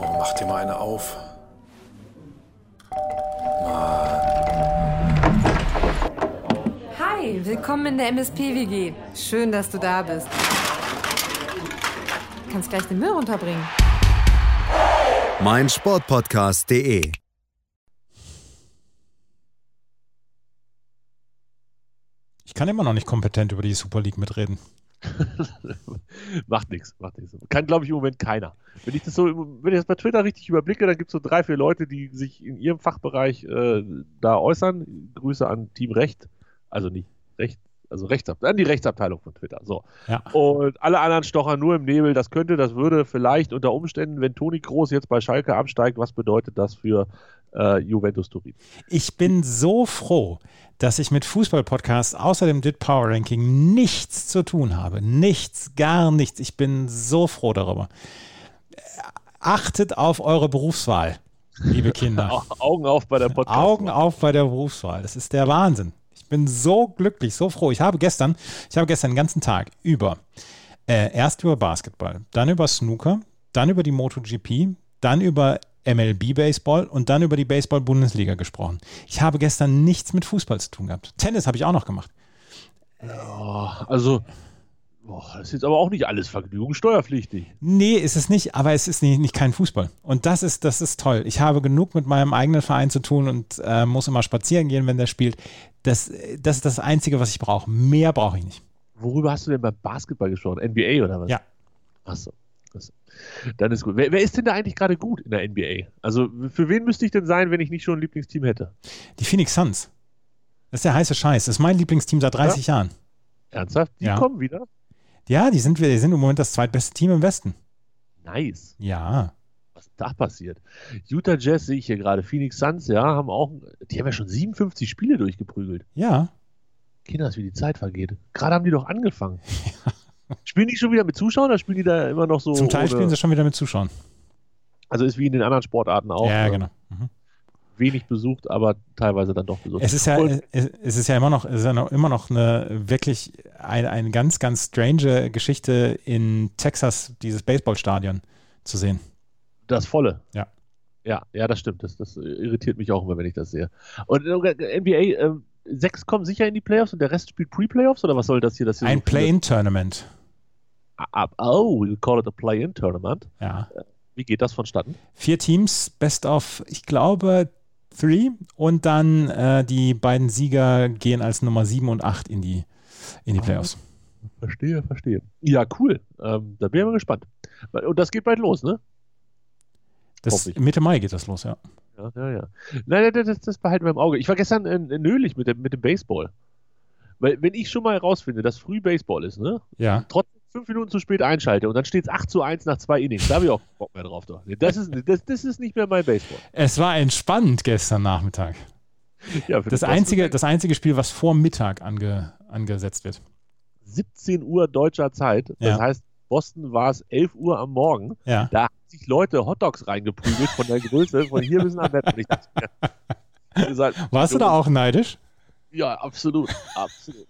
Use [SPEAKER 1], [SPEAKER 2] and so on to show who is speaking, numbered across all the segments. [SPEAKER 1] Oh, dir mal eine auf.
[SPEAKER 2] Hi, willkommen in der MSP-WG. Schön, dass du da bist. Du kannst gleich den Müll runterbringen.
[SPEAKER 3] mein Sportpodcast.de.
[SPEAKER 4] Ich kann immer noch nicht kompetent über die Super League mitreden.
[SPEAKER 5] macht nichts, macht nichts. Kann, glaube ich, im Moment keiner. Wenn ich das so, im- wenn ich das bei Twitter richtig überblicke, dann gibt es so drei, vier Leute, die sich in ihrem Fachbereich äh, da äußern. Grüße an Team Recht, also nicht Recht, also Rechtsab an die Rechtsabteilung von Twitter. So.
[SPEAKER 4] Ja.
[SPEAKER 5] Und alle anderen stochern nur im Nebel. Das könnte, das würde vielleicht unter Umständen, wenn Toni Groß jetzt bei Schalke absteigt, was bedeutet das für äh, Juventus Turin?
[SPEAKER 4] Ich bin so froh, dass ich mit Fußball-Podcasts außer dem DIT Power Ranking nichts zu tun habe. Nichts, gar nichts. Ich bin so froh darüber. Äh, Achtet auf eure Berufswahl, liebe Kinder.
[SPEAKER 5] Au- Augen auf bei der Podcast.
[SPEAKER 4] Augen auf bei der Berufswahl. Das ist der Wahnsinn. Ich bin so glücklich, so froh. Ich habe gestern, ich habe gestern den ganzen Tag über, äh, erst über Basketball, dann über Snooker, dann über die MotoGP, dann über MLB Baseball und dann über die Baseball-Bundesliga gesprochen. Ich habe gestern nichts mit Fußball zu tun gehabt. Tennis habe ich auch noch gemacht.
[SPEAKER 5] Oh, also, boah, das ist jetzt aber auch nicht alles Vergnügen, steuerpflichtig.
[SPEAKER 4] Nee, ist es nicht, aber es ist nicht, nicht kein Fußball. Und das ist, das ist toll. Ich habe genug mit meinem eigenen Verein zu tun und äh, muss immer spazieren gehen, wenn der spielt. Das, das ist das Einzige, was ich brauche. Mehr brauche ich nicht.
[SPEAKER 5] Worüber hast du denn beim Basketball geschaut? NBA oder was?
[SPEAKER 4] Ja.
[SPEAKER 5] Achso. Achso. Dann ist gut. Wer, wer ist denn da eigentlich gerade gut in der NBA? Also für wen müsste ich denn sein, wenn ich nicht schon ein Lieblingsteam hätte?
[SPEAKER 4] Die Phoenix Suns. Das ist der heiße Scheiß. Das ist mein Lieblingsteam seit 30 Jahren.
[SPEAKER 5] Ernsthaft? Die
[SPEAKER 4] Ja.
[SPEAKER 5] kommen wieder?
[SPEAKER 4] Ja, die sind, wir die sind im Moment das zweitbeste Team im Westen.
[SPEAKER 5] Nice.
[SPEAKER 4] Ja.
[SPEAKER 5] Was ist da passiert? Utah Jazz sehe ich hier gerade. Phoenix Suns, ja, haben auch, die haben ja schon 57 Spiele durchgeprügelt.
[SPEAKER 4] Ja.
[SPEAKER 5] Kinders, wie die Zeit vergeht. Gerade haben die doch angefangen. Spielen die schon wieder mit Zuschauern oder spielen die da immer noch so?
[SPEAKER 4] Zum Teil
[SPEAKER 5] ohne-
[SPEAKER 4] spielen sie schon wieder mit Zuschauern.
[SPEAKER 5] Also ist wie in den anderen Sportarten auch.
[SPEAKER 4] ja,
[SPEAKER 5] ne?
[SPEAKER 4] genau. Mhm.
[SPEAKER 5] Wenig besucht, aber teilweise dann doch besucht.
[SPEAKER 4] Es ist ja,
[SPEAKER 5] Und-
[SPEAKER 4] es, es ist ja immer noch, es ist ja noch, immer noch eine wirklich eine, eine ganz, ganz strange Geschichte in Texas, dieses Baseballstadion zu sehen.
[SPEAKER 5] Das volle.
[SPEAKER 4] Ja.
[SPEAKER 5] Ja, ja, das stimmt. Das, das irritiert mich auch immer, wenn ich das sehe. Und äh, NBA, ähm, sechs kommen sicher in die Playoffs und der Rest spielt Pre-Playoffs oder was soll das hier? Das hier
[SPEAKER 4] Ein
[SPEAKER 5] so viele-
[SPEAKER 4] Play-In-Tournament.
[SPEAKER 5] Ah, ah, Oh, you call it a Play-In-Tournament.
[SPEAKER 4] Ja.
[SPEAKER 5] Wie geht das vonstatten?
[SPEAKER 4] Vier Teams, Best of, ich glaube, three. Und dann äh, die beiden Sieger gehen als Nummer sieben und acht in die, in die Playoffs.
[SPEAKER 5] Verstehe, verstehe. Ja, cool. Ähm, da bin ich mal gespannt. Und das geht bald los, ne?
[SPEAKER 4] Das,
[SPEAKER 5] Hoffe ich.
[SPEAKER 4] Mitte Mai geht das los, ja.
[SPEAKER 5] Ja, ja, ja. Nein, nein, das, das behalten wir im Auge. Ich war gestern in, in Nölig mit dem, mit dem Baseball. Weil, wenn ich schon mal herausfinde, dass früh Baseball ist, ne?
[SPEAKER 4] Ja.
[SPEAKER 5] trotzdem fünf Minuten zu spät einschalte und dann steht es 8 zu 1 nach zwei Innings. Da habe ich auch keinen Bock mehr drauf. Doch. Das, ist, das, das ist nicht mehr mein Baseball.
[SPEAKER 4] Es war entspannt gestern Nachmittag.
[SPEAKER 5] Ja, für
[SPEAKER 4] Das
[SPEAKER 5] mich halt
[SPEAKER 4] einzige, das einzige Spiel, was vor Mittag ange, angesetzt wird.
[SPEAKER 5] 17 Uhr deutscher Zeit. Das
[SPEAKER 4] Ja.
[SPEAKER 5] heißt, Boston war es 11 Uhr am Morgen.
[SPEAKER 4] Ja.
[SPEAKER 5] Da haben sich Leute Hotdogs reingeprügelt von der Größe, von hier bis nach Wetten. Und ich dachte mir, ihr seid-
[SPEAKER 4] Warst du da auch neidisch?
[SPEAKER 5] Ja, absolut. absolut.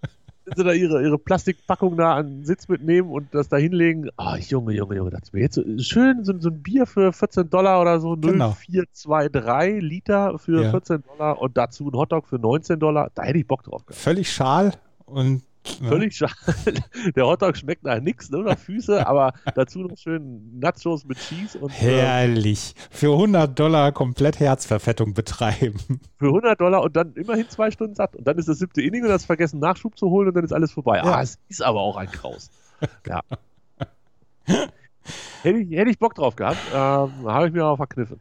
[SPEAKER 5] Wenn sie da ihre, ihre Plastikpackung da an den Sitz mitnehmen und das da hinlegen. Ah, Junge, Junge, Junge, dachte ich mir jetzt so, schön so, so ein Bier für 14 Dollar oder so,
[SPEAKER 4] Genau.
[SPEAKER 5] 0423 Liter für
[SPEAKER 4] Ja.
[SPEAKER 5] 14 Dollar und dazu ein Hotdog für 19 Dollar. Da hätte ich Bock drauf gehabt.
[SPEAKER 4] Völlig schal und ne?
[SPEAKER 5] Völlig schade. Der Hotdog schmeckt nach nichts, nur nach Füße, aber dazu noch schön Nachos mit Cheese und äh,
[SPEAKER 4] herrlich. Für 100 Dollar komplett Herzverfettung betreiben.
[SPEAKER 5] für 100 Dollar und dann immerhin zwei Stunden satt. Und dann ist das siebte Inning und das vergessen, Nachschub zu holen und dann ist alles vorbei. Ah, es ist aber auch ein Kraus. Ja. hätte, ich, hätte ich Bock drauf gehabt, ähm, habe ich mir aber verkniffen.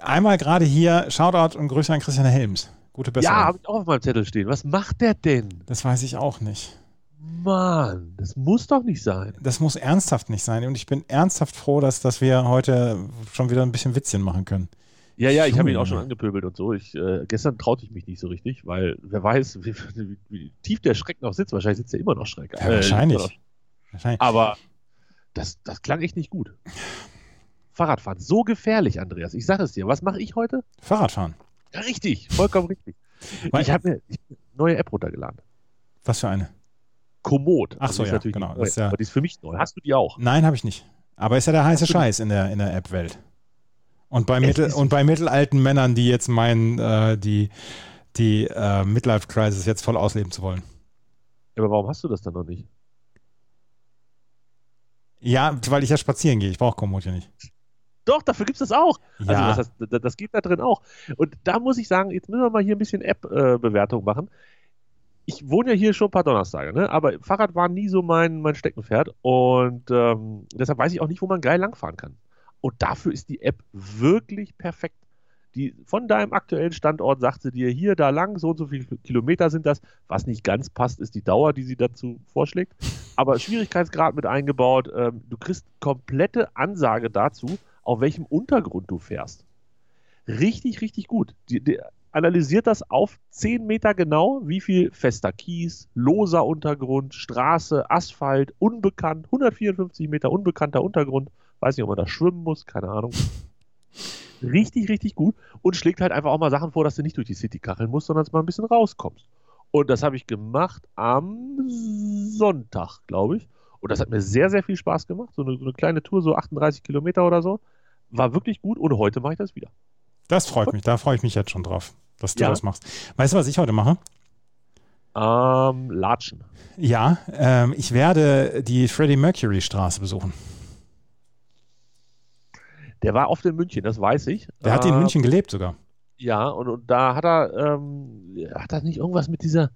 [SPEAKER 4] Einmal gerade hier Shoutout und Grüße an Christian Helms. Gute Besserung.
[SPEAKER 5] Ja, habe ich auch auf meinem Zettel stehen. Was macht der denn?
[SPEAKER 4] das weiß ich auch nicht.
[SPEAKER 5] Mann, das muss doch nicht sein.
[SPEAKER 4] Das muss ernsthaft nicht sein. Und ich bin ernsthaft froh, dass, dass wir heute schon wieder ein bisschen Witzchen machen können.
[SPEAKER 5] Ja, ja, ich habe ihn
[SPEAKER 4] Junge.
[SPEAKER 5] auch schon angepöbelt und so. Ich, äh, gestern traute ich mich nicht so richtig, weil wer weiß, wie, wie, wie tief der Schreck noch sitzt. Wahrscheinlich sitzt er immer noch Schreck.
[SPEAKER 4] Ja,
[SPEAKER 5] Äh, immer noch.
[SPEAKER 4] wahrscheinlich. wahrscheinlich.
[SPEAKER 5] Aber das, das klang echt nicht gut. Fahrradfahren, so gefährlich, Andreas. Ich sage es dir. Was mache ich heute?
[SPEAKER 4] Fahrradfahren.
[SPEAKER 5] Ja, richtig, vollkommen richtig.
[SPEAKER 4] Weil-
[SPEAKER 5] Ich habe mir ich hab eine neue App runtergeladen.
[SPEAKER 4] Was für eine?
[SPEAKER 5] Komoot.
[SPEAKER 4] Ach so,
[SPEAKER 5] die ist
[SPEAKER 4] ja,
[SPEAKER 5] natürlich
[SPEAKER 4] genau,
[SPEAKER 5] nicht
[SPEAKER 4] das ist
[SPEAKER 5] neu,
[SPEAKER 4] ja-
[SPEAKER 5] aber die ist für mich neu. Hast du die auch?
[SPEAKER 4] Nein, habe ich nicht. Aber ist ja der heiße
[SPEAKER 5] du-
[SPEAKER 4] Scheiß in der, in der App-Welt. Und bei, Mittel, und bei mittelalten Männern, die jetzt meinen, äh, die, die äh, Midlife-Crisis jetzt voll ausleben zu wollen.
[SPEAKER 5] Aber warum hast du das dann noch nicht?
[SPEAKER 4] Ja, weil ich ja spazieren gehe. Ich brauche Komoot ja nicht.
[SPEAKER 5] Doch, dafür gibt's das auch.
[SPEAKER 4] Ja.
[SPEAKER 5] Also das, heißt, da- das geht da drin auch. Und da muss ich sagen, jetzt müssen wir mal hier ein bisschen App-Bewertung machen. Ich wohne ja hier schon ein paar Donnerstage, ne? aber Fahrrad war nie so mein, mein Steckenpferd und ähm, deshalb weiß ich auch nicht, wo man geil langfahren kann. Und dafür ist die App wirklich perfekt. Die, von deinem aktuellen Standort sagt sie dir, hier, da lang, so und so viele Kilometer sind das. Was nicht ganz passt, ist die Dauer, die sie dazu vorschlägt. Aber Schwierigkeitsgrad mit eingebaut. Ähm, du kriegst komplette Ansage dazu, auf welchem Untergrund du fährst. Richtig, richtig gut. Die, die analysiert das auf 10 Meter genau, wie viel fester Kies, loser Untergrund, Straße, Asphalt, unbekannt, 154 Meter unbekannter Untergrund. Weiß nicht, ob man da schwimmen muss, keine Ahnung. Richtig, richtig gut und schlägt halt einfach auch mal Sachen vor, dass du nicht durch die City kacheln musst, sondern dass du mal ein bisschen rauskommst. Und das habe ich gemacht am Sonntag, glaube ich. Und das hat mir sehr, sehr viel Spaß gemacht. So eine, so eine kleine Tour, so 38 Kilometer oder so. War wirklich gut und heute mache ich das wieder.
[SPEAKER 4] Das freut mich. Da freue ich mich jetzt schon drauf, dass du
[SPEAKER 5] Ja.
[SPEAKER 4] das machst. Weißt du, was ich heute mache?
[SPEAKER 5] Ähm, Latschen.
[SPEAKER 4] Ja, ähm, ich werde die Freddie Mercury Straße besuchen.
[SPEAKER 5] Der war oft in München, das weiß ich.
[SPEAKER 4] Der hat in
[SPEAKER 5] Ähm,
[SPEAKER 4] München gelebt sogar.
[SPEAKER 5] Ja, und, und da hat er, ähm, hat er nicht irgendwas mit dieser.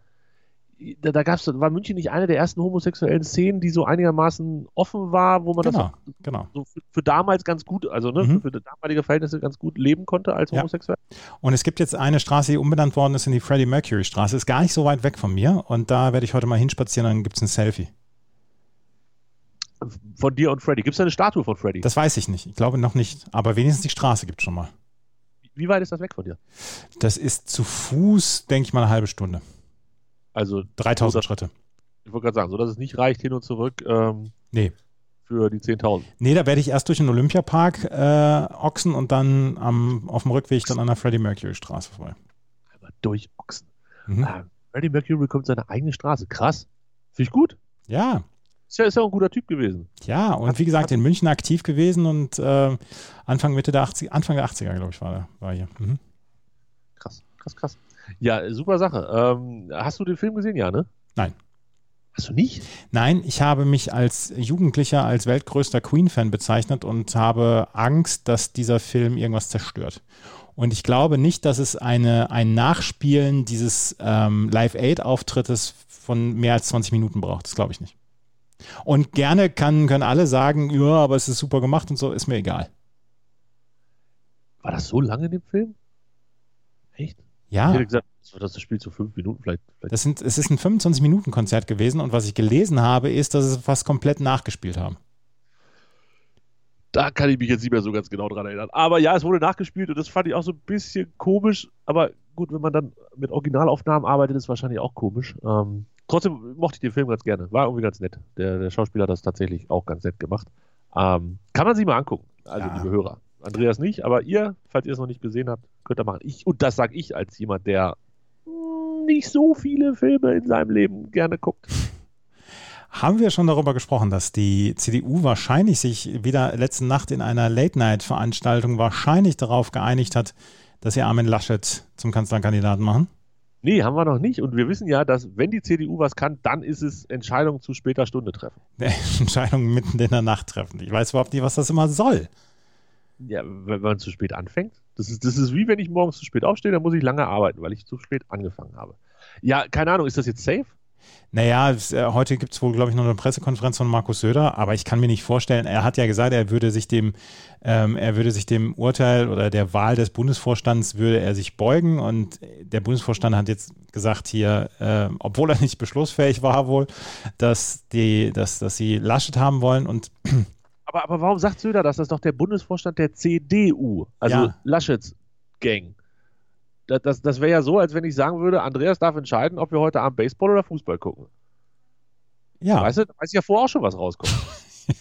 [SPEAKER 5] Da, da gab's, war München nicht eine der ersten homosexuellen Szenen, die so einigermaßen offen war, wo man Oh, das
[SPEAKER 4] Genau, genau.
[SPEAKER 5] so für, für damals ganz gut, also ne,
[SPEAKER 4] Mhm.
[SPEAKER 5] für, für damalige Verhältnisse ganz gut leben konnte als
[SPEAKER 4] Ja.
[SPEAKER 5] homosexuell.
[SPEAKER 4] Und es gibt jetzt eine Straße, die umbenannt worden ist in die Freddie Mercury Straße. Ist gar nicht so weit weg von mir. Und da werde ich heute mal hinspazieren, dann gibt es ein Selfie.
[SPEAKER 5] Von dir und Freddy. Gibt es eine Statue von Freddy?
[SPEAKER 4] Das weiß ich nicht. Ich glaube noch nicht. Aber wenigstens die Straße gibt es schon mal.
[SPEAKER 5] Wie weit ist das weg von dir?
[SPEAKER 4] Das ist zu Fuß, denke ich mal, eine halbe Stunde.
[SPEAKER 5] Also,
[SPEAKER 4] 3000 Schritte.
[SPEAKER 5] ich wollte gerade sagen, so dass es nicht reicht, hin und zurück ähm,
[SPEAKER 4] Nee.
[SPEAKER 5] für die 10.000.
[SPEAKER 4] Nee, da werde ich erst durch den Olympiapark äh, ochsen und dann am, auf dem Rückweg dann an der Freddie Mercury Straße vorbei.
[SPEAKER 5] Einmal durch Ochsen.
[SPEAKER 4] Mhm.
[SPEAKER 5] Ähm, Freddie Mercury bekommt seine eigene Straße. Krass. Finde ich gut.
[SPEAKER 4] Ja,
[SPEAKER 5] Ist ja, ist ja auch ein guter Typ gewesen.
[SPEAKER 4] Ja, und
[SPEAKER 5] Hat-
[SPEAKER 4] wie gesagt,
[SPEAKER 5] hat-
[SPEAKER 4] in München aktiv gewesen und äh, Anfang Mitte der 80 Anfang der 80er, glaube ich, war er war hier. Mhm.
[SPEAKER 5] Krass, krass, krass. Ja, äh, super Sache. Ähm, hast du den Film gesehen, ja, ne?
[SPEAKER 4] Nein.
[SPEAKER 5] Hast du nicht?
[SPEAKER 4] Nein, ich habe mich als Jugendlicher als weltgrößter Queen-Fan bezeichnet und habe Angst, dass dieser Film irgendwas zerstört. Und ich glaube nicht, dass es eine, ein Nachspielen dieses ähm, Live-Aid-Auftrittes von mehr als 20 Minuten braucht. Das glaube ich nicht. Und gerne kann, können alle sagen, ja, aber es ist super gemacht und so, ist mir egal.
[SPEAKER 5] War das so lange in dem Film? Echt? Ich
[SPEAKER 4] Ja.
[SPEAKER 5] hätte gesagt, das war das Spiel zu fünf Minuten vielleicht. vielleicht.
[SPEAKER 4] Das sind, es ist ein 25-Minuten-Konzert gewesen und was ich gelesen habe, ist, dass sie es fast komplett nachgespielt haben.
[SPEAKER 5] Da kann ich mich jetzt nicht mehr so ganz genau dran erinnern. Aber ja, es wurde nachgespielt und das fand ich auch so ein bisschen komisch. Aber gut, wenn man dann mit Originalaufnahmen arbeitet, ist wahrscheinlich auch komisch. Ähm, trotzdem mochte ich den Film ganz gerne. War irgendwie ganz nett. Der, der Schauspieler hat das tatsächlich auch ganz nett gemacht. Ähm, kann man sich mal angucken, also
[SPEAKER 4] Ja.
[SPEAKER 5] liebe Hörer. Andreas nicht, aber ihr, falls ihr es noch nicht gesehen habt, könnt ihr machen. Ich, und das sage ich als jemand, der mm, nicht so viele Filme in seinem Leben gerne guckt.
[SPEAKER 4] Haben wir schon darüber gesprochen, dass die CDU wahrscheinlich sich wieder letzte Nacht in einer Late-Night-Veranstaltung wahrscheinlich darauf geeinigt hat, dass sie Armin Laschet zum Kanzlerkandidaten machen?
[SPEAKER 5] Nee, haben wir noch nicht. Und wir wissen ja, dass wenn die CDU was kann, dann ist es Entscheidungen zu später Stunde treffen.
[SPEAKER 4] Nee, Entscheidungen mitten in der Nacht treffen. Ich weiß überhaupt nicht, was das immer soll.
[SPEAKER 5] Ja, wenn man zu spät anfängt. Das ist, das ist wie wenn ich morgens zu spät aufstehe, dann muss ich lange arbeiten, weil ich zu spät angefangen habe. Ja, keine Ahnung, ist das jetzt safe?
[SPEAKER 4] Naja, es, äh, heute gibt es wohl, glaube ich, noch eine Pressekonferenz von Markus Söder, aber ich kann mir nicht vorstellen, er hat ja gesagt, er würde sich dem, ähm, er würde sich dem Urteil oder der Wahl des Bundesvorstands würde er sich beugen und der Bundesvorstand hat jetzt gesagt hier, äh, obwohl er nicht beschlussfähig war wohl, dass die, dass, dass sie Laschet haben wollen und
[SPEAKER 5] Aber, aber warum sagt Söder das? Das ist doch der Bundesvorstand der CDU, also
[SPEAKER 4] Ja.
[SPEAKER 5] Laschets Gang. Das, das, das wäre ja so, als wenn ich sagen würde, Andreas darf entscheiden, ob wir heute Abend Baseball oder Fußball gucken.
[SPEAKER 4] ja,
[SPEAKER 5] Weißt du, da weiß ich ja vorher auch schon, was rauskommt.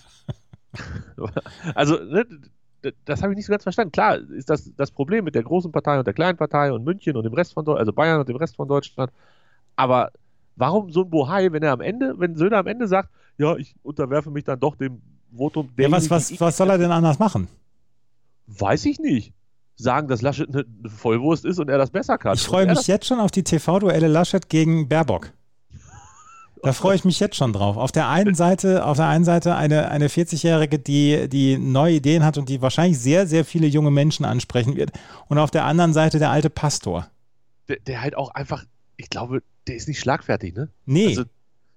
[SPEAKER 5] also, ne, d- das habe ich nicht so ganz verstanden. Klar ist das das Problem mit der großen Partei und der kleinen Partei und München und dem Rest von Deutschland, also Bayern und dem Rest von Deutschland. Aber warum so ein Bohai, wenn er am Ende, wenn Söder am Ende sagt, ja, ich unterwerfe mich dann doch dem Votum
[SPEAKER 4] ja was,
[SPEAKER 5] derjenigen, die
[SPEAKER 4] was,
[SPEAKER 5] ich-
[SPEAKER 4] was soll er denn anders machen?
[SPEAKER 5] Weiß ich nicht. Sagen, dass Laschet eine eine Vollwurst ist und er das besser kann.
[SPEAKER 4] Ich freue
[SPEAKER 5] Und er
[SPEAKER 4] mich jetzt schon auf die TV-Duelle Laschet gegen Baerbock. Da freue ich mich jetzt schon drauf. Auf der einen Seite, auf der einen Seite eine, eine 40-Jährige, die, die neue Ideen hat und die wahrscheinlich sehr, sehr viele junge Menschen ansprechen wird. Und auf der anderen Seite der alte Pastor.
[SPEAKER 5] der, der halt auch einfach, ich glaube, der ist nicht schlagfertig, ne?
[SPEAKER 4] Nee,
[SPEAKER 5] Also,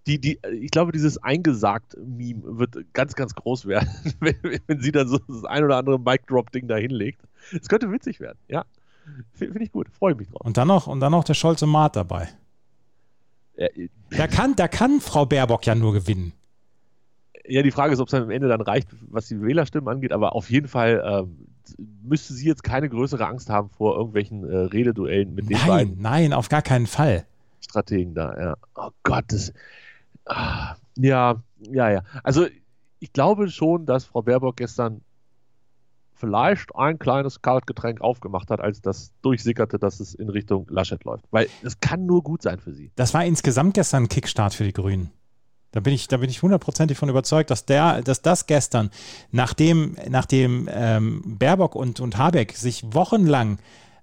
[SPEAKER 5] die, die, ich glaube, dieses Eingesagt-Meme wird ganz, ganz groß werden, wenn, wenn sie dann so das ein oder andere Mic-Drop-Ding da hinlegt. Es könnte witzig werden, ja. Finde find ich gut, freue mich drauf.
[SPEAKER 4] und dann noch, und dann noch der Scholze Maat dabei.
[SPEAKER 5] Ja, äh,
[SPEAKER 4] Da kann, da kann Frau Baerbock ja nur gewinnen.
[SPEAKER 5] ja, die Frage ist, ob es am Ende dann reicht, was die Wählerstimmen angeht, aber auf jeden Fall ähm, müsste sie jetzt keine größere Angst haben vor irgendwelchen äh, Rededuellen mit den
[SPEAKER 4] Nein,
[SPEAKER 5] beiden
[SPEAKER 4] nein, auf gar keinen Fall.
[SPEAKER 5] Strategen da, ja. Oh Gott, das. Ah, ja, ja, ja. Also, ich glaube schon, dass Frau Baerbock gestern vielleicht ein kleines Kaltgetränk aufgemacht hat, als das durchsickerte, dass es in Richtung Laschet läuft. Weil es kann nur gut sein für sie.
[SPEAKER 4] Das war insgesamt gestern ein Kickstart für die Grünen. Da bin ich, da bin ich hundertprozentig von überzeugt, dass der, dass das gestern, nachdem, nachdem ähm, Baerbock und, und Habeck sich wochenlang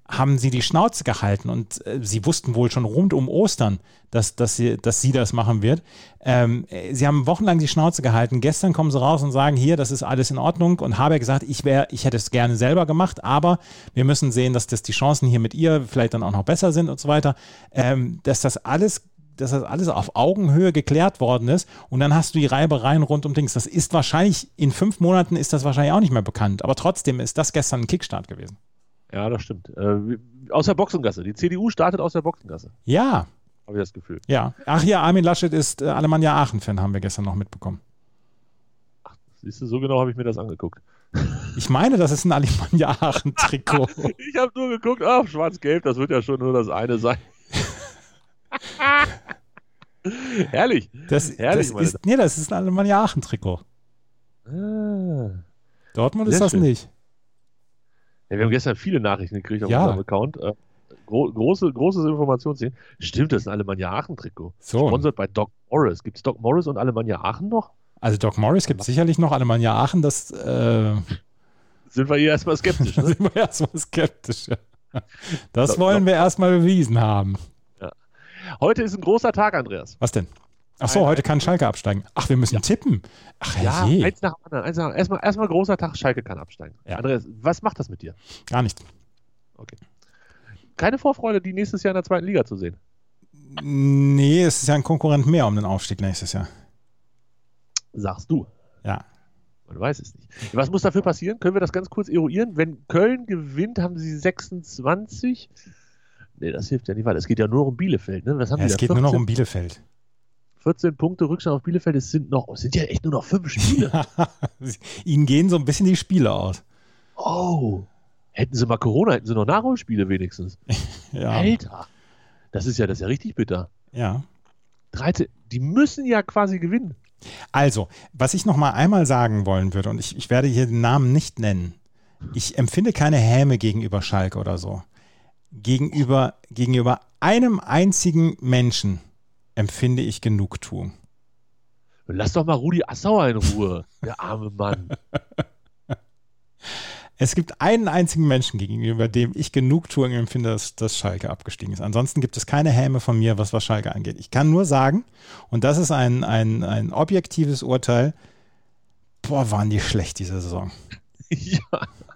[SPEAKER 4] haben sie die Schnauze gehalten und äh, sie wussten wohl schon rund um Ostern, dass, dass, sie, dass sie das machen wird. Ähm, äh, sie haben wochenlang die Schnauze gehalten. Gestern kommen sie raus und sagen, hier, das ist alles in Ordnung. Und Habeck sagt, ich, wär, ich hätte es gerne selber gemacht, aber wir müssen sehen, dass das die Chancen hier mit ihr vielleicht dann auch noch besser sind und so weiter. Ähm, dass das alles dass das alles auf Augenhöhe geklärt worden ist und dann hast du die Reibereien rund um Dings. Das ist wahrscheinlich, in fünf Monaten ist das wahrscheinlich auch nicht mehr bekannt, aber trotzdem ist das gestern ein Kickstart gewesen.
[SPEAKER 5] Ja, das stimmt. Äh, wie- aus der Boxengasse. Die CDU startet aus der Boxengasse,
[SPEAKER 4] Ja,
[SPEAKER 5] habe ich das Gefühl.
[SPEAKER 4] ja. Ach ja, Armin Laschet ist äh, Alemannia Aachen-Fan, haben wir gestern noch mitbekommen.
[SPEAKER 5] Siehst du, so genau habe ich mir das angeguckt.
[SPEAKER 4] Ich meine, das ist ein Alemannia Aachen-Trikot.
[SPEAKER 5] Ich habe nur geguckt, ach, schwarz-gelb, das wird ja schon nur das eine sein. Herrlich.
[SPEAKER 4] Das,
[SPEAKER 5] Herrlich,
[SPEAKER 4] das
[SPEAKER 5] meine
[SPEAKER 4] ist, nee, das ist ein Alemannia Aachen-Trikot.
[SPEAKER 5] Ah.
[SPEAKER 4] Dortmund ist
[SPEAKER 5] Sehr
[SPEAKER 4] das
[SPEAKER 5] schön.
[SPEAKER 4] nicht.
[SPEAKER 5] Ja, wir haben gestern viele Nachrichten gekriegt auf
[SPEAKER 4] Ja.
[SPEAKER 5] unserem Account. Äh, gro große, großes Informationsziel. Stimmt, das ist ein Alemannia Aachen-Trikot.
[SPEAKER 4] So,
[SPEAKER 5] Sponsert bei Doc Morris. Gibt es Doc Morris und Alemannia Aachen noch?
[SPEAKER 4] also Doc Morris gibt sicherlich noch Alemannia Aachen, das äh,
[SPEAKER 5] Sind wir hier erstmal skeptisch.
[SPEAKER 4] da
[SPEAKER 5] Ne?
[SPEAKER 4] sind wir erstmal skeptisch. ja. Das
[SPEAKER 5] Doc-
[SPEAKER 4] wollen wir erstmal bewiesen haben.
[SPEAKER 5] Heute ist ein großer Tag, Andreas.
[SPEAKER 4] Was denn? Ach so,
[SPEAKER 5] Ein-
[SPEAKER 4] heute kann Schalke absteigen. Ach, wir müssen tippen. Ach
[SPEAKER 5] Ja,
[SPEAKER 4] je,
[SPEAKER 5] eins nach dem anderen. Eins nach, dem anderen. erstmal, erstmal großer Tag, Schalke kann absteigen.
[SPEAKER 4] Ja.
[SPEAKER 5] Andreas, was macht das mit dir?
[SPEAKER 4] gar nicht.
[SPEAKER 5] Keine Vorfreude, die nächstes Jahr in der zweiten Liga zu sehen.
[SPEAKER 4] Nee, es ist ja ein Konkurrent mehr um den Aufstieg nächstes Jahr.
[SPEAKER 5] Sagst du.
[SPEAKER 4] Ja.
[SPEAKER 5] Man weiß es nicht. Was muss dafür passieren? Können wir das ganz kurz eruieren? Wenn Köln gewinnt, haben sie 26. Nee, das hilft ja nicht weiter. Es geht ja nur noch um Bielefeld. Ne? Was haben
[SPEAKER 4] ja
[SPEAKER 5] die
[SPEAKER 4] es
[SPEAKER 5] da?
[SPEAKER 4] geht nur noch um Bielefeld.
[SPEAKER 5] 14 Punkte Rückstand auf Bielefeld. Es sind noch, es sind ja echt nur noch fünf Spiele.
[SPEAKER 4] Ihnen gehen so ein bisschen die Spiele aus.
[SPEAKER 5] oh, hätten sie mal Corona, hätten sie noch Nachholspiele wenigstens.
[SPEAKER 4] Ja.
[SPEAKER 5] Alter, das ist ja, das ist ja richtig bitter.
[SPEAKER 4] ja.
[SPEAKER 5] 13, die müssen ja quasi gewinnen.
[SPEAKER 4] Also, was ich noch mal einmal sagen wollen würde, und ich, ich werde hier den Namen nicht nennen, ich empfinde keine Häme gegenüber Schalke oder so. Gegenüber, gegenüber einem einzigen Menschen empfinde ich Genugtuung.
[SPEAKER 5] Lass doch mal Rudi Assauer in Ruhe, der arme Mann.
[SPEAKER 4] Es gibt einen einzigen Menschen gegenüber, dem ich Genugtuung empfinde, dass, dass Schalke abgestiegen ist. Ansonsten gibt es keine Häme von mir, was, was Schalke angeht. Ich kann nur sagen, und das ist ein, ein, ein objektives Urteil, boah, waren die schlecht diese Saison.
[SPEAKER 5] ja,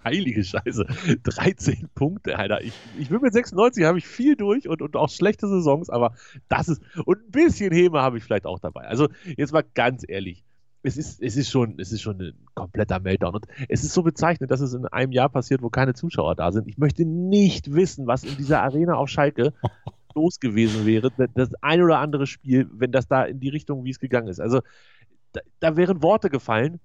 [SPEAKER 5] heilige Scheiße. 13 Punkte, Alter. Ich, ich bin mit 96, habe ich viel durch und, und auch schlechte Saisons, aber das ist. Und ein bisschen Häme habe ich vielleicht auch dabei. Also, jetzt mal ganz ehrlich. Es ist, es, ist schon, es ist schon ein kompletter Meltdown. Und es ist so bezeichnend, dass es in einem Jahr passiert, wo keine Zuschauer da sind. Ich möchte nicht wissen, was in dieser Arena auf Schalke los gewesen wäre. Das ein oder andere Spiel, wenn das da in die Richtung, wie es gegangen ist. Also, da, da wären Worte gefallen.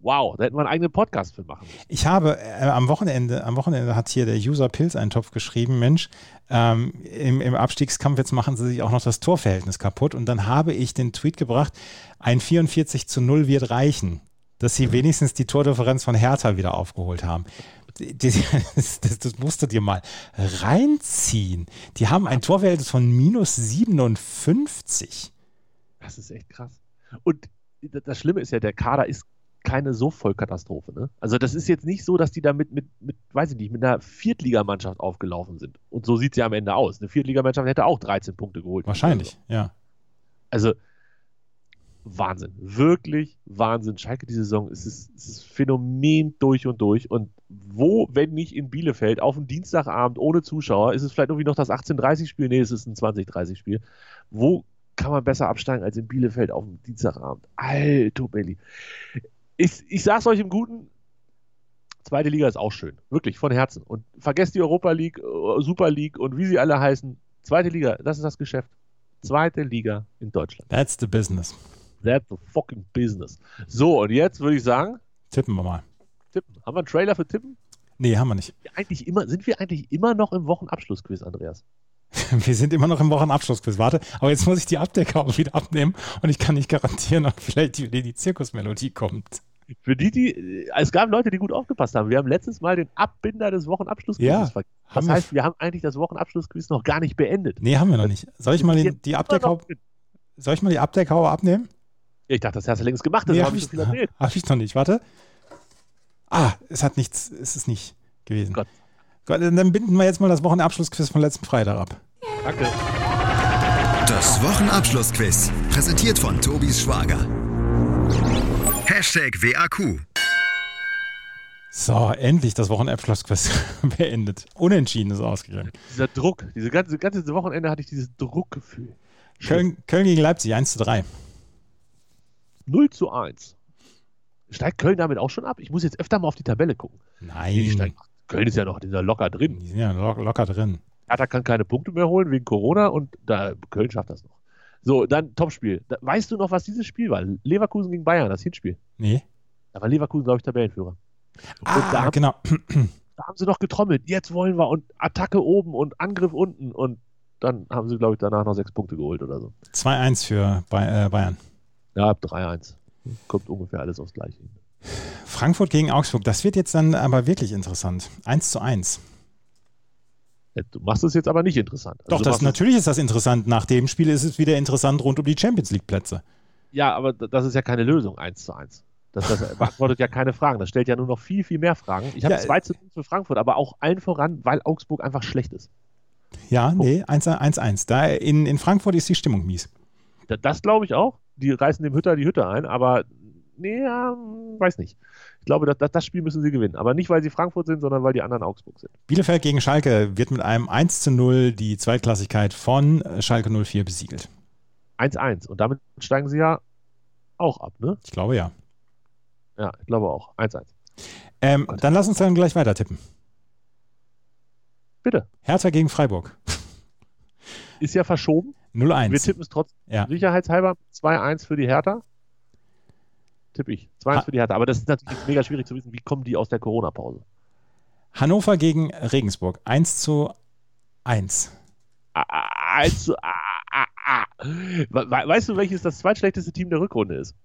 [SPEAKER 5] Wow, da hätten wir einen eigenen Podcast für machen.
[SPEAKER 4] Ich habe äh, am Wochenende, am Wochenende hat hier der User Pilz einen Topf geschrieben, Mensch, ähm, im, im Abstiegskampf, jetzt machen sie sich auch noch das Torverhältnis kaputt. Und dann habe ich den Tweet gebracht, ein 44 zu 0 wird reichen, dass sie wenigstens die Tordifferenz von Hertha wieder aufgeholt haben. Die- die- Das, das, das musst du dir mal reinziehen. Die haben ein Torverhältnis von minus 57.
[SPEAKER 5] Das ist echt krass. Und das Schlimme ist ja, der Kader ist keine so Vollkatastrophe. Ne? Also das ist jetzt nicht so, dass die da mit, mit, mit weiß ich nicht, mit einer Viertligamannschaft aufgelaufen sind. Und so sieht sie am Ende aus. Eine Viertligamannschaft hätte auch 13 Punkte geholt.
[SPEAKER 4] Wahrscheinlich, ja.
[SPEAKER 5] Also Wahnsinn. Wirklich Wahnsinn. Schalke die Saison, es ist, es ist Phänomen durch und durch. Und wo, wenn nicht in Bielefeld, auf dem Dienstagabend ohne Zuschauer, ist es vielleicht irgendwie noch das 18-30-Spiel? Nee, es ist ein 20-30-Spiel. Wo kann man besser absteigen als in Bielefeld auf dem Dienstagabend? Alto Belli. Ich, ich sag's euch im Guten, zweite Liga ist auch schön. Wirklich, von Herzen. Und vergesst die Europa League, äh, Super League und wie sie alle heißen. Zweite Liga, das ist das Geschäft. Zweite Liga in Deutschland.
[SPEAKER 4] That's the business.
[SPEAKER 5] That's the fucking business. So, und jetzt würde ich sagen,
[SPEAKER 4] Tippen wir mal.
[SPEAKER 5] tippen. Haben wir einen Trailer für Tippen?
[SPEAKER 4] Nee, haben wir nicht.
[SPEAKER 5] Wir Eigentlich immer, sind wir eigentlich immer noch im Wochenabschlussquiz, Andreas?
[SPEAKER 4] Wir sind immer noch im Wochenabschlussquiz. Warte, aber jetzt muss ich die Abdecke auch wieder abnehmen und ich kann nicht garantieren, ob vielleicht die, die Zirkusmelodie kommt.
[SPEAKER 5] Für die, die, es gab Leute, die gut aufgepasst haben. Wir haben letztes Mal den Abbinder des Wochenabschlussquizes
[SPEAKER 4] Ja,
[SPEAKER 5] vergessen.
[SPEAKER 4] haben
[SPEAKER 5] Das
[SPEAKER 4] wir-
[SPEAKER 5] heißt, wir haben eigentlich das Wochenabschlussquiz noch gar nicht beendet.
[SPEAKER 4] Nee, haben wir noch nicht. Soll ich mal den,
[SPEAKER 5] Jetzt
[SPEAKER 4] die
[SPEAKER 5] immer
[SPEAKER 4] Abdeckhaube,
[SPEAKER 5] noch drin.
[SPEAKER 4] soll ich mal die Abdeckhaube abnehmen?
[SPEAKER 5] Ich dachte, das hast du längst gemacht, das
[SPEAKER 4] nee,
[SPEAKER 5] habe ich schon viel erzählt.
[SPEAKER 4] hab ich noch nicht. Warte. Ah, es hat nichts, es ist nicht gewesen.
[SPEAKER 5] Gott.
[SPEAKER 4] Gott, äh, dann binden wir jetzt mal das Wochenabschlussquiz von letzten Freitag ab.
[SPEAKER 5] Danke.
[SPEAKER 3] Das Wochenabschlussquiz. Präsentiert von Tobis Schwager. Hashtag WAQ.
[SPEAKER 4] So, endlich das Wochenabschlussquiz beendet. Unentschieden ist ausgegangen.
[SPEAKER 5] Dieser Druck, diese ganze, ganze Wochenende hatte ich dieses Druckgefühl.
[SPEAKER 4] Köln, Köln gegen Leipzig 1 zu 3.
[SPEAKER 5] 0 zu 1. Steigt Köln damit auch schon ab? Ich muss jetzt öfter mal auf die Tabelle gucken.
[SPEAKER 4] Nein.
[SPEAKER 5] Nee, die steigen ab. Köln ist ja noch dieser locker drin.
[SPEAKER 4] Die sind ja lo locker drin.
[SPEAKER 5] Hertha kann keine Punkte mehr holen wegen Corona und da, Köln schafft das noch. So, dann Topspiel. Da, weißt du noch, was dieses Spiel war? Leverkusen gegen Bayern, das Hinspiel.
[SPEAKER 4] Nee.
[SPEAKER 5] Da war Leverkusen, glaube ich, Tabellenführer. und da,
[SPEAKER 4] Ah,
[SPEAKER 5] haben-
[SPEAKER 4] genau.
[SPEAKER 5] da haben sie noch getrommelt. Jetzt wollen wir und Attacke oben und Angriff unten und dann haben sie, glaube ich, danach noch sechs Punkte geholt oder so.
[SPEAKER 4] 2-1 für Bay- äh, Bayern.
[SPEAKER 5] Ja, 3-1. Kommt ungefähr alles aufs Gleiche. hin.
[SPEAKER 4] Frankfurt gegen Augsburg. Das wird jetzt dann aber wirklich interessant. 1 zu 1.
[SPEAKER 5] Ja, Äh, Du machst es jetzt aber nicht interessant.
[SPEAKER 4] Doch,
[SPEAKER 5] Also du
[SPEAKER 4] das,
[SPEAKER 5] machst es-
[SPEAKER 4] natürlich ist das interessant. Nach dem Spiel ist es wieder interessant rund um die Champions League-Plätze.
[SPEAKER 5] Ja, aber d- das ist ja keine Lösung, 1 zu 1. Das, das beantwortet ja keine Fragen. Das stellt ja nur noch viel, viel mehr Fragen. Ich habe
[SPEAKER 4] Ja,
[SPEAKER 5] 2 zu 0 für Frankfurt, aber auch allen voran, weil Augsburg einfach schlecht ist.
[SPEAKER 4] Ja,
[SPEAKER 5] Oh.
[SPEAKER 4] nee, 1-1. Da in, in Frankfurt ist die Stimmung mies.
[SPEAKER 5] Da- Das glaube ich auch. Die reißen dem Hütter die Hütte ein, aber nee, ja, hm, weiß nicht. Ich glaube, das, das, das Spiel müssen sie gewinnen. Aber nicht, weil sie Frankfurt sind, sondern weil die anderen Augsburg sind.
[SPEAKER 4] Bielefeld gegen Schalke wird mit einem 1 zu 0 die Zweitklassigkeit von äh, Schalke 04 besiegelt.
[SPEAKER 5] 1-1. Und damit steigen sie ja auch ab, ne?
[SPEAKER 4] Ich glaube ja.
[SPEAKER 5] Ja, ich glaube auch. 1-1.
[SPEAKER 4] Ähm, dann lass uns dann gleich weiter tippen.
[SPEAKER 5] Bitte.
[SPEAKER 4] Hertha gegen Freiburg.
[SPEAKER 5] Ist ja verschoben. Wir
[SPEAKER 4] 0-1.
[SPEAKER 5] tippen es trotzdem.
[SPEAKER 4] Ja.
[SPEAKER 5] Sicherheitshalber 2-1 für die Hertha. Tipp ich. 2-1
[SPEAKER 4] Ha-
[SPEAKER 5] für die Hertha. Aber das ist natürlich jetzt mega schwierig zu wissen, wie kommen die aus der Corona-Pause.
[SPEAKER 4] Hannover gegen Regensburg. 1 zu 1.
[SPEAKER 5] Ah, ah, eins zu- ah, ah, ah. We- we- Weißt du, welches das zweitschlechteste Team der Rückrunde ist?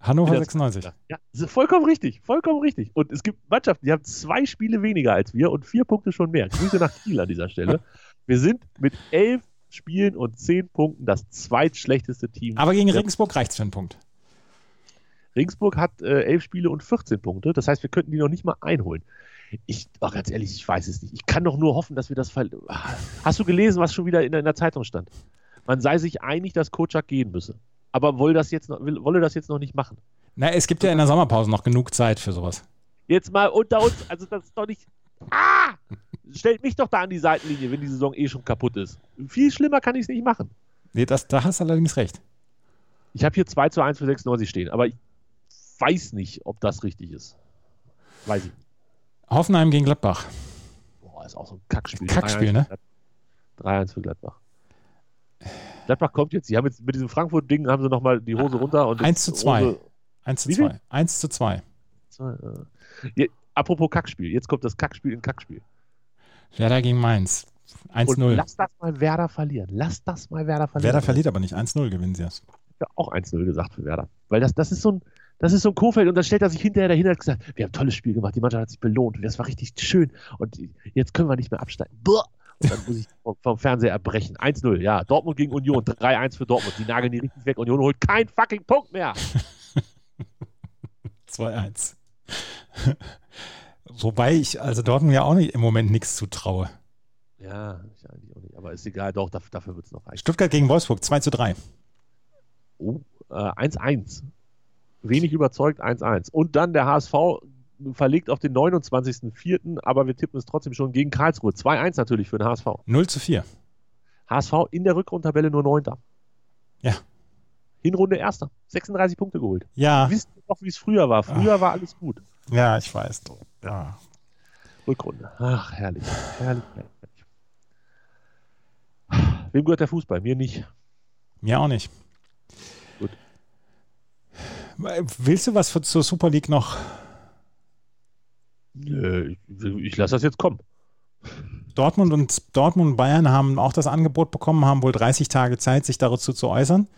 [SPEAKER 4] Hannover
[SPEAKER 5] Wieder
[SPEAKER 4] 96.
[SPEAKER 5] Ja, das ist vollkommen richtig, vollkommen richtig. Und es gibt Mannschaften, die haben zwei Spiele weniger als wir und vier Punkte schon mehr. Grüße nach Kiel an dieser Stelle. Wir sind mit elf Spielen und zehn Punkten das zweitschlechteste Team.
[SPEAKER 4] Aber gegen
[SPEAKER 5] Ja.
[SPEAKER 4] Regensburg reicht es für einen Punkt.
[SPEAKER 5] Regensburg hat äh, elf Spiele und 14 Punkte. Das heißt, wir könnten die noch nicht mal einholen. Ich, oh, ganz ehrlich, ich weiß es nicht. Ich kann doch nur hoffen, dass wir das ver Ah. Hast du gelesen, was schon wieder in, in der Zeitung stand? Man sei sich einig, dass Kocak gehen müsse. Aber wolle das jetzt noch, will, wolle das jetzt noch nicht machen.
[SPEAKER 4] Na, es gibt ja in der Sommerpause noch genug Zeit für sowas.
[SPEAKER 5] Jetzt mal unter uns, also das ist doch nicht. Ah! Stellt mich doch da an die Seitenlinie, wenn die Saison eh schon kaputt ist. Viel schlimmer kann ich es nicht machen.
[SPEAKER 4] Nee, das, da hast du allerdings recht.
[SPEAKER 5] Ich habe hier 2 zu 1 für 96 stehen, aber ich weiß nicht, ob das richtig ist. Weiß ich nicht.
[SPEAKER 4] Hoffenheim gegen Gladbach.
[SPEAKER 5] Boah, ist auch so ein Kackspiel.
[SPEAKER 4] Kackspiel, ne?
[SPEAKER 5] 3-1 für Gladbach. Gladbach kommt jetzt, die haben jetzt mit diesem Frankfurt-Ding haben sie nochmal die Hose runter und
[SPEAKER 4] 1 zu 2.
[SPEAKER 5] Hose-
[SPEAKER 4] 1 zu
[SPEAKER 5] Wie viel?
[SPEAKER 4] 2. 1 zu 2.
[SPEAKER 5] zwei, äh. Je, apropos Kackspiel, jetzt kommt das Kackspiel in Kackspiel.
[SPEAKER 4] Werder gegen Mainz. 1
[SPEAKER 5] Und
[SPEAKER 4] 0.
[SPEAKER 5] lass das mal Werder verlieren. Lass das mal Werder verlieren.
[SPEAKER 4] Werder verliert aber nicht. 1 0 gewinnen sie es.
[SPEAKER 5] Ich hab ja auch 1-0 gesagt für Werder. Weil das, das ist so ein. Das ist so ein Kofeld und dann stellt er sich hinterher dahin und hat gesagt, wir haben ein tolles Spiel gemacht, die Mannschaft hat sich belohnt und das war richtig schön und jetzt können wir nicht mehr absteigen. Boah! Und dann muss ich vom- vom Fernseher erbrechen. 1-0, ja. Dortmund gegen Union, 3-1 für Dortmund. Die nageln die richtig weg. Union holt keinen fucking Punkt mehr.
[SPEAKER 4] 2-1. Wobei ich also Dortmund ja auch nicht, im Moment nichts zutraue.
[SPEAKER 5] Ja, ich eigentlich auch nicht. Aber ist egal, doch, dafür, dafür wird es noch reichen.
[SPEAKER 4] Stuttgart gegen Wolfsburg 2 zu 3.
[SPEAKER 5] Oh, äh, 1-1. Wenig überzeugt, 1-1. Und dann der HSV verlegt auf den 29.04., aber wir tippen es trotzdem schon gegen Karlsruhe. 2-1 natürlich für den HSV.
[SPEAKER 4] 0 zu 4.
[SPEAKER 5] HSV in der Rückrundtabelle nur Neunter.
[SPEAKER 4] Ja.
[SPEAKER 5] Hinrunde Erster. 36 Punkte geholt.
[SPEAKER 4] Ja,
[SPEAKER 5] Wisst ihr noch, wie es früher war? Früher war alles gut.
[SPEAKER 4] ja, ich weiß. Ja.
[SPEAKER 5] Rückrunde. Ach, herrlich. Herrlich. herrlich. Wem gehört der Fußball? Mir nicht.
[SPEAKER 4] Mir auch nicht.
[SPEAKER 5] Gut.
[SPEAKER 4] Willst du was für, zur Super League noch?
[SPEAKER 5] Nö, ich, ich lasse das jetzt kommen.
[SPEAKER 4] Dortmund und Dortmund und Bayern haben auch das Angebot bekommen, haben wohl 30 Tage Zeit, sich dazu zu äußern.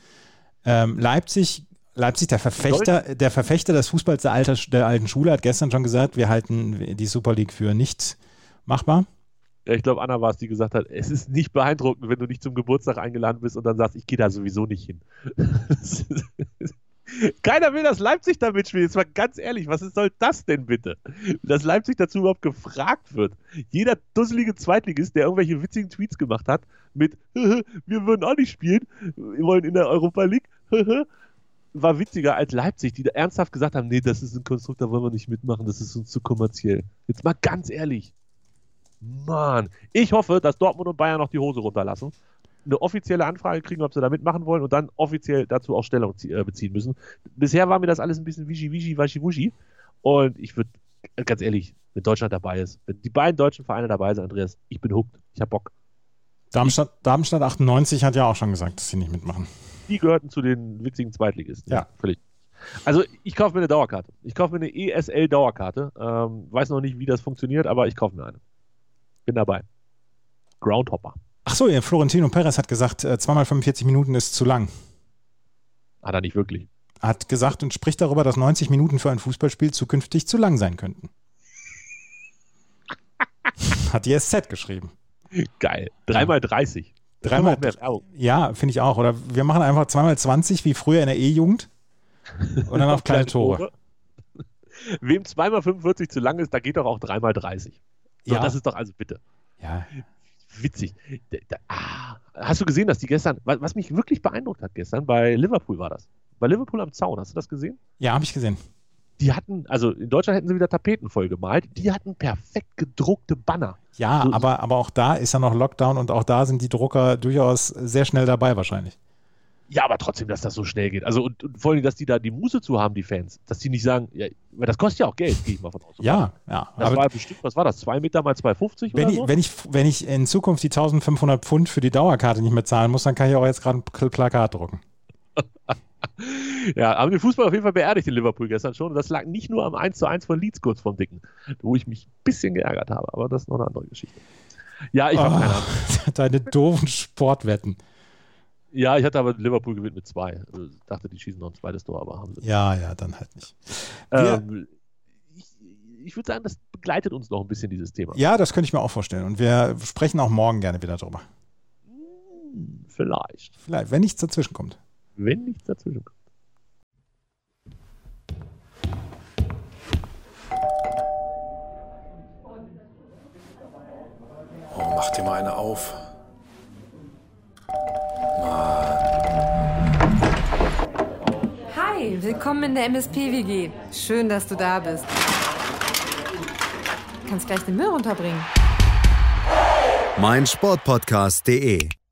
[SPEAKER 4] Ähm, Leipzig, Leipzig, der Verfechter, der Verfechter des Fußballs der, alter, der alten Schule, hat gestern schon gesagt, wir halten die Super League für nicht machbar.
[SPEAKER 5] Ja, ich glaube, Anna war es, die gesagt hat, es ist nicht beeindruckend, wenn du nicht zum Geburtstag eingeladen bist und dann sagst, ich gehe da sowieso nicht hin. Das ist- Keiner will, dass Leipzig da mitspielt. Jetzt mal ganz ehrlich, was ist- soll das denn bitte? Dass Leipzig dazu überhaupt gefragt wird. Jeder dusselige Zweitligist, der irgendwelche witzigen Tweets gemacht hat mit, wir würden auch nicht spielen, wir wollen in der Europa League, war witziger als Leipzig, die da ernsthaft gesagt haben, nee, das ist ein Konstrukt, da wollen wir nicht mitmachen, das ist uns zu kommerziell. Jetzt mal ganz ehrlich. Mann, ich hoffe, dass Dortmund und Bayern noch die Hose runterlassen, eine offizielle Anfrage kriegen, ob sie da mitmachen wollen und dann offiziell dazu auch Stellung zie- äh, beziehen müssen. Bisher war mir das alles ein bisschen wischi wischi waschi wuschi und ich würde ganz ehrlich, wenn Deutschland dabei ist, wenn die beiden deutschen Vereine dabei sind, Andreas, ich bin hooked, ich hab Bock.
[SPEAKER 4] Darmstadt, Darmstadt 98 hat ja auch schon gesagt, dass sie nicht mitmachen.
[SPEAKER 5] Die gehörten zu den witzigen Zweitligisten.
[SPEAKER 4] Ja.
[SPEAKER 5] völlig. Also ich kaufe mir eine Dauerkarte. Ich kaufe mir eine ESL-Dauerkarte. Ähm, weiß noch nicht, wie das funktioniert, aber ich kaufe mir eine. Bin dabei. Groundhopper.
[SPEAKER 4] Ach so, ihr Florentino Perez hat gesagt, äh, zweimal 45 Minuten ist zu lang.
[SPEAKER 5] Hat er nicht wirklich.
[SPEAKER 4] Hat gesagt und spricht darüber, dass 90 Minuten für ein Fußballspiel zukünftig zu lang sein könnten. Hat die SZ geschrieben.
[SPEAKER 5] Geil. 3x30.
[SPEAKER 4] Dreimal- Ja, finde ich auch. Oder wir machen einfach zweimal 20 wie früher in der E-Jugend und dann auf kleine Tore.
[SPEAKER 5] Wem 2x45 zu lang ist, da geht doch auch 3x30. So,
[SPEAKER 4] Ja.
[SPEAKER 5] Das ist doch also bitte
[SPEAKER 4] Ja,
[SPEAKER 5] witzig. Da, da, ah, hast du gesehen, dass die gestern, was, was mich wirklich beeindruckt hat gestern, bei Liverpool war das. Bei Liverpool am Zaun, hast du das gesehen?
[SPEAKER 4] ja habe ich gesehen.
[SPEAKER 5] Die hatten, also in Deutschland hätten sie wieder Tapeten voll gemalt, die hatten perfekt gedruckte Banner.
[SPEAKER 4] Ja,
[SPEAKER 5] So-
[SPEAKER 4] aber, aber auch da ist ja noch Lockdown und auch da sind die Drucker durchaus sehr schnell dabei wahrscheinlich.
[SPEAKER 5] Ja, aber trotzdem, dass das so schnell geht. Also und, und vor allem, dass die da die Muße zu haben, die Fans, dass die nicht sagen, ja, weil das kostet ja auch Geld, gehe ich mal von aus.
[SPEAKER 4] Ja, ja.
[SPEAKER 5] Das
[SPEAKER 4] Aber
[SPEAKER 5] war bestimmt, was war das? 2 Meter mal 2,50 oder
[SPEAKER 4] wenn ich,
[SPEAKER 5] so?
[SPEAKER 4] wenn, ich, wenn ich in Zukunft die 1500 Pfund für die Dauerkarte nicht mehr zahlen muss, dann kann ich auch jetzt gerade ein Pl- Plakat drucken.
[SPEAKER 5] Ja, haben den Fußball auf jeden Fall beerdigt in Liverpool gestern schon. Und das lag nicht nur am 1 zu 1 von Leeds kurz vom Dicken, wo ich mich ein bisschen geärgert habe, aber das ist noch eine andere Geschichte. Ja, ich habe
[SPEAKER 4] Oh,
[SPEAKER 5] keine Ahnung.
[SPEAKER 4] deine doofen Sportwetten.
[SPEAKER 5] Ja, ich hatte aber Liverpool gewinnt mit zwei. Also, ich dachte, die schießen noch ein zweites Tor, aber haben sie.
[SPEAKER 4] Ja, ja, dann halt nicht. Wir-
[SPEAKER 5] Ähm, ich ich würde sagen, das begleitet uns noch ein bisschen, dieses Thema.
[SPEAKER 4] Ja, das könnte ich mir auch vorstellen. Und wir sprechen auch morgen gerne wieder drüber.
[SPEAKER 5] Hm, Vielleicht.
[SPEAKER 4] Vielleicht, wenn nichts dazwischen kommt.
[SPEAKER 5] Wenn nichts dazwischen kommt.
[SPEAKER 1] Oh, mach dir mal eine auf.
[SPEAKER 2] Hi, willkommen in der MSP-WG. Schön, dass du da bist. Kannst gleich den Müll runterbringen.
[SPEAKER 3] meinsportpodcast.de